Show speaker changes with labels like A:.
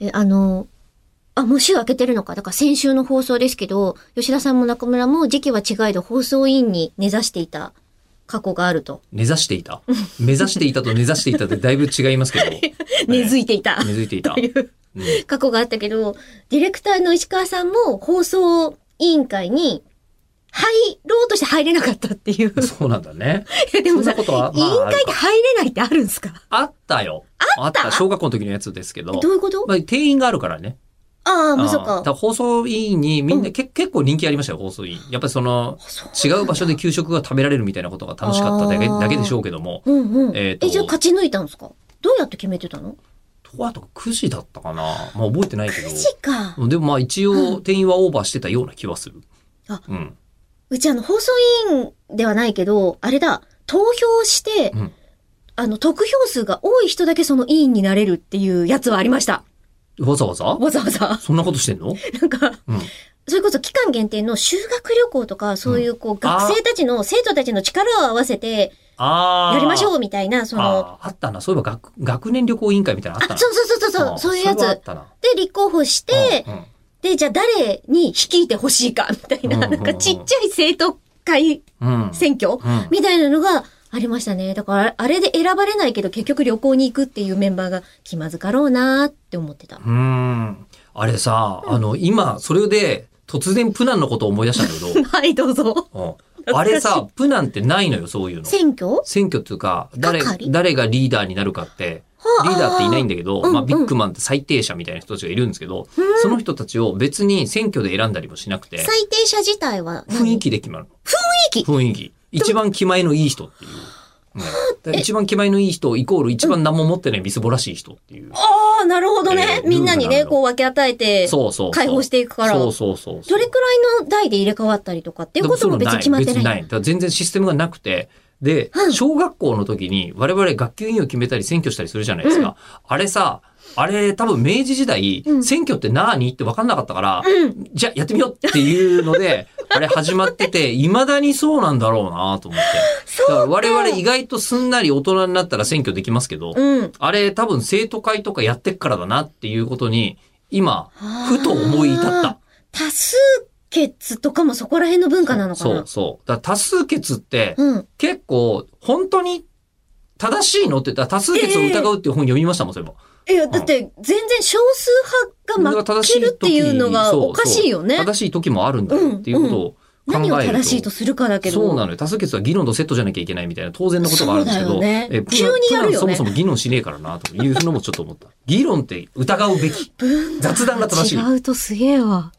A: え、あの、あ、もう週明けてるのか。だから先週の放送ですけど、吉田さんも中村も時期は違いど放送委員に根ざしていた過去があると。
B: 目指していた。目指していたと根ざしていたってだいぶ違いますけ ど。
A: 根付いていた。
B: 根付いて いた
A: と。いう
B: うん
A: 過去があったけど、ディレクターの石川さんも放送委員会に入ろうとして入れなかったっていう。
B: そうなんだね。
A: いやでもさ、
B: そんなことは
A: 委員
B: まああ
A: 会
B: るか
A: で入れないってあるんですか
B: あったよ。あった小学校の時のやつですけど。
A: どういうこと
B: まあ、定員があるからね。
A: ああ、ま
B: あ
A: さ
B: ーだ
A: か。
B: ら放送委員にみんな、
A: うん
B: け結構人気ありましたよ、放送委員。やっぱりその、違う場所で給食が食べられるみたいなことが楽しかっただけ
A: あー
B: だけでしょうけども。
A: うんうん。
B: え
A: え
B: ーと
A: じゃあ勝ち抜いたんですかどうやって決めてたの
B: とあと9時だったかな。まあ覚えてないけ
A: ?9 時か。
B: ど。でもまあ一
A: う
B: 応定員はオーバーしてたような気はする。
A: あ
B: うん。
A: うちあの、放送委員ではないけど、あれだ、投票して、
B: うん
A: あの、得票数が多い人だけその委員になれるっていうやつはありました。
B: わざわざ
A: わざわざ。
B: そんなことしてんの
A: なんか、
B: うん。
A: それこそ期間限定の修学旅行とか、そういうこう、
B: あー
A: 学生たちの、生徒たちの力を合わせて、
B: ああ。
A: やりましょ
B: う。
A: うみたいな、その、
B: あーあったな。そういえば学学年旅行委員会みたいなのあった
A: あ、
B: な。
A: そうそうそうそう、
B: あー
A: そういうや
B: れはあ
A: つ
B: っ。たな。
A: で、立候補して、
B: うんうん
A: で、じゃあ誰に率いてほしいか、みたいな、
B: うんうん
A: な
B: うん
A: んかちっちゃい生徒会
B: うん。
A: 選挙、
B: うん
A: みたいなのがありましたね。だから、あれで選ばれないけど、結局旅行に行くっていうメンバーが気まずかろうなーって思ってた。
B: うーん。あれさ、あの、今、それで、突然プナンのことを思い出したん だけ
A: はい、どうぞ。
B: ど、うん、
A: か
B: あ
A: しい
B: れさ、プナンってないのよ、そういうの。
A: 選挙は
B: 選挙っていうか、誰
A: 係、
B: 誰がリーダーになるかって、リーダーっていないんだけど、
A: あー
B: まあ、
A: うん
B: ビッグマンって最低者みたいな人たちがいるんですけど、その人たちを別に選挙で選んだりもしなくて、
A: 最低者自体は何
B: 雰囲気で決まるの。
A: 雰囲気
B: 雰囲気。一番気前のいい人っていう。ねだから一番気前のいい人イコール一番何も持ってないみすぼらしい人っていう。
A: ああ、なるほどね。
B: えー
A: みんなにね、
B: ルールなのよ
A: こう分け与えて、
B: そうそうそう。
A: 解放していくから。
B: そう
A: ど
B: そうそうそう。
A: れくらいの代で入れ替わったりとかっていうことも別に決まって
B: 別に
A: な。
B: ないい。だから全然システムがなくて、で、
A: うん
B: 小学校の時に我々学級委員を決めたり選挙したりするじゃないですか。あれさ、あれ多分明治時代、
A: うん
B: 選挙って何って分かんなかったから、
A: うん。
B: じゃあやってみようっていうので、あれ始まってて、 未だにそうなんだろうなと思って。
A: そう
B: だから我々意外とすんなり大人になったら選挙できますけど、
A: うん。
B: あれ多分生徒会とかやってっからだなっていうことに、今、
A: あー
B: ふと思い至った。。
A: 多数決とかもそこら辺の文化なのかな
B: そうそう。だから多数決って、
A: うん。
B: 結構、本当に正しいのって言ったら多数決を疑うっていう本読みましたもん、それも。
A: いや、だって、全然少数派が負
B: 正し
A: けるっていうのが
B: 時に
A: おかしいよね。
B: そうそう正しい時もあるんだよっていうことを考えると。
A: 何を正しいとするかだけど。
B: そうなのよ。多数決は議論とセットじゃなきゃいけないみたいな当然のことがあるんですけ
A: そ
B: ど、
A: うだよね
B: えプラン
A: 急にやるよね
B: プランそもそも議論しねえからな、というのもちょっと思った。議論って疑うべき。
A: 文化が
B: 雑談が正しい
A: 違うとすげえわ。